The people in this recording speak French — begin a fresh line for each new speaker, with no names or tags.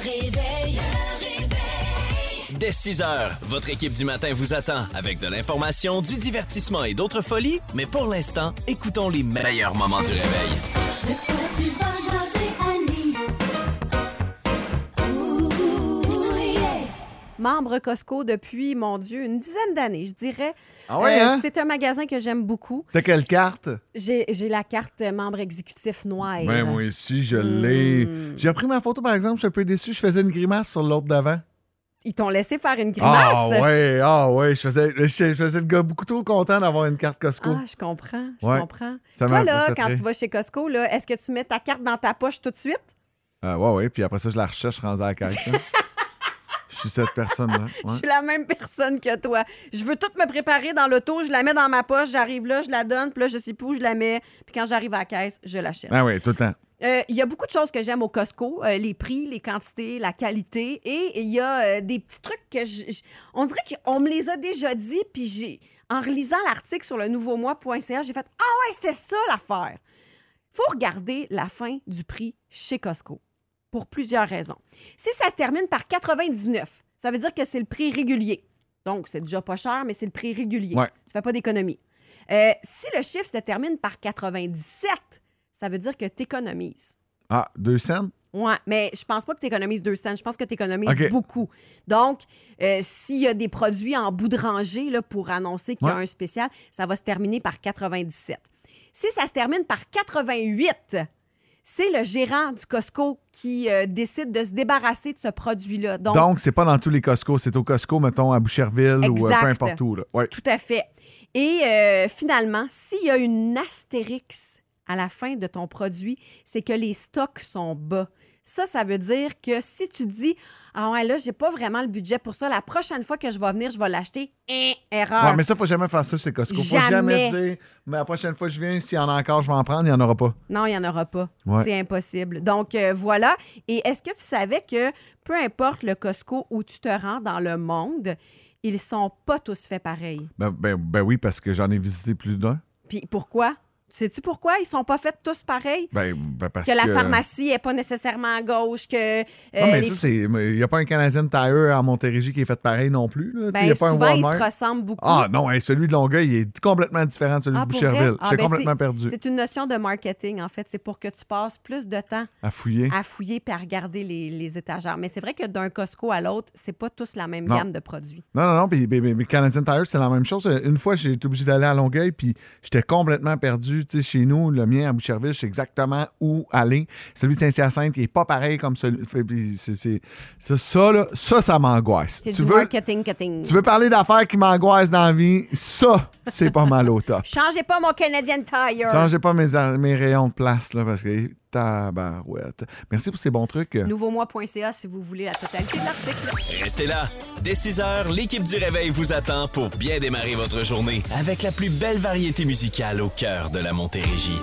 réveil.
Dès 6 heures, votre équipe du matin vous attend avec de l'information, du divertissement et d'autres folies. Mais pour l'instant, écoutons les meilleurs moments du réveil.
De quoi tu vas jaser, Annie? Ouh, yeah.
membre Costco depuis, mon Dieu, une dizaine d'années, je dirais. Euh,
Ah ouais, hein?
C'est un magasin que j'aime beaucoup.
T'as quelle carte?
J'ai j'ai la carte euh, membre exécutif noire.
Ben moi aussi, je l'ai.
Hmm.
J'ai pris ma photo, par exemple, je suis un peu déçu. Je faisais une grimace sur l'autre d'avant.
Ils t'ont laissé faire une grimace.
Ah ouais, ah ouais. Je faisais, je, je faisais le gars beaucoup trop content d'avoir une carte Costco.
Ah, je comprends, je
Ouais.
comprends.
Ça
Toi,
m'a-
là,
ça
quand
fait-
tu vas chez Costco, là, est-ce que tu mets ta carte dans ta poche tout de suite?
Ah ouais, ouais. Puis après ça, je la recherche, je suis rendu à la caisse. hein. Je suis cette personne-là.
Je
ouais.
suis la même personne que toi. Je veux tout me préparer dans l'auto, je la mets dans ma poche, j'arrive là, je la donne, puis là, je sais plus où je la mets. Puis quand j'arrive à la caisse, je l'achète.
Ah ouais, tout le temps.
Euh, Il y a beaucoup de choses que j'aime au Costco, euh, les prix, les quantités, la qualité, et il y a euh, des petits trucs que je, je- on dirait qu'on me les a déjà dit, puis j'ai en relisant l'article sur le nouveau moi.ca, j'ai fait ah ouais c'était ça l'affaire. Faut regarder la fin du prix chez Costco pour plusieurs raisons. Si ça se termine par 99, ça veut dire que c'est le prix régulier. Donc c'est déjà pas cher, mais c'est le prix régulier.
Ouais.
Tu fais pas d'économie. Euh, si le chiffre se termine par 97 ça veut dire que tu économises.
Ah, deux cents?
Ouais, mais je pense pas que tu économises deux cents. Je pense que tu économises
OK.
beaucoup. Donc, euh, s'il y a des produits en bout de rangée là, pour annoncer qu'il y a
Ouais.
un spécial, ça va se terminer par 97. Si ça se termine par 88, c'est le gérant du Costco qui euh, décide de se débarrasser de ce produit-là. Donc,
Donc, c'est pas dans tous les Costco. C'est au Costco, mettons, à Boucherville ou euh,
Exact.
peu importe où. Là. Ouais.
tout à fait. Et euh, finalement, s'il y a une astérix à la fin de ton produit, c'est que les stocks sont bas. Ça, ça veut dire que si tu dis Ah ouais, là, j'ai pas vraiment le budget pour ça, la prochaine fois que je vais venir, je vais l'acheter. Hein, erreur.
Ouais, mais ça, faut jamais faire ça chez Costco. Faut
Jamais.
jamais dire, mais la prochaine fois que je viens, s'il y en a encore, je vais en prendre, il n'y en aura pas.
Non, il n'y en aura pas.
Ouais.
C'est impossible. Donc, euh, voilà. Et est-ce que tu savais que peu importe le Costco où tu te rends dans le monde, ils sont pas tous faits pareil.
Ben, ben, ben oui, parce que j'en ai visité plus d'un.
Puis pourquoi? Sais-tu pourquoi ils sont pas faits tous pareil?
Ben, ben parce
que la pharmacie n'est pas nécessairement à gauche, que. euh,
Non, mais
les-
ça, c'est. Il n'y a pas un Canadian Tire en Montérégie qui est fait pareil non plus. là. Tu sais,
Ben,
y a pas un
souvent, ils
Walmart.
se ressemblent beaucoup.
Ah non, hey, celui de Longueuil il est complètement différent de celui
Ah,
de
pour vrai?
Boucherville.
Ah,
J'ai
ben,
complètement perdu
C'est une notion de marketing, en fait. C'est pour que tu passes plus de temps
à fouiller.
à fouiller puis à regarder les, les étagères. Mais c'est vrai que d'un Costco à l'autre, c'est pas tous la même
Non.
gamme de produits.
Non, non, non, puis mais- mais- mais Canadian Tire, c'est la même chose. Une fois, j'ai été obligé d'aller à Longueuil, puis j'étais complètement perdu. Tu sais, chez nous, le mien à Boucherville, je sais exactement où aller. Celui de Saint-Hyacinthe, il est pas pareil comme celui... fait- puis c'est- c'est- Ça, ça, là, ça, ça m'angoisse.
C'est
Tu
du
veux,
marketing, cutting.
tu veux parler d'affaires qui m'angoissent dans la vie? Ça, c'est pas mal au top.
Changez pas mon Canadian Tire.
Changez pas mes, a- mes rayons de place, là, parce que tabarouette. Merci pour ces bons trucs.
Nouveaumois.ca si vous voulez la totalité de l'article.
Restez là. Dès 6 heures, l'équipe du réveil vous attend pour bien démarrer votre journée avec la plus belle variété musicale au cœur de la Montérégie.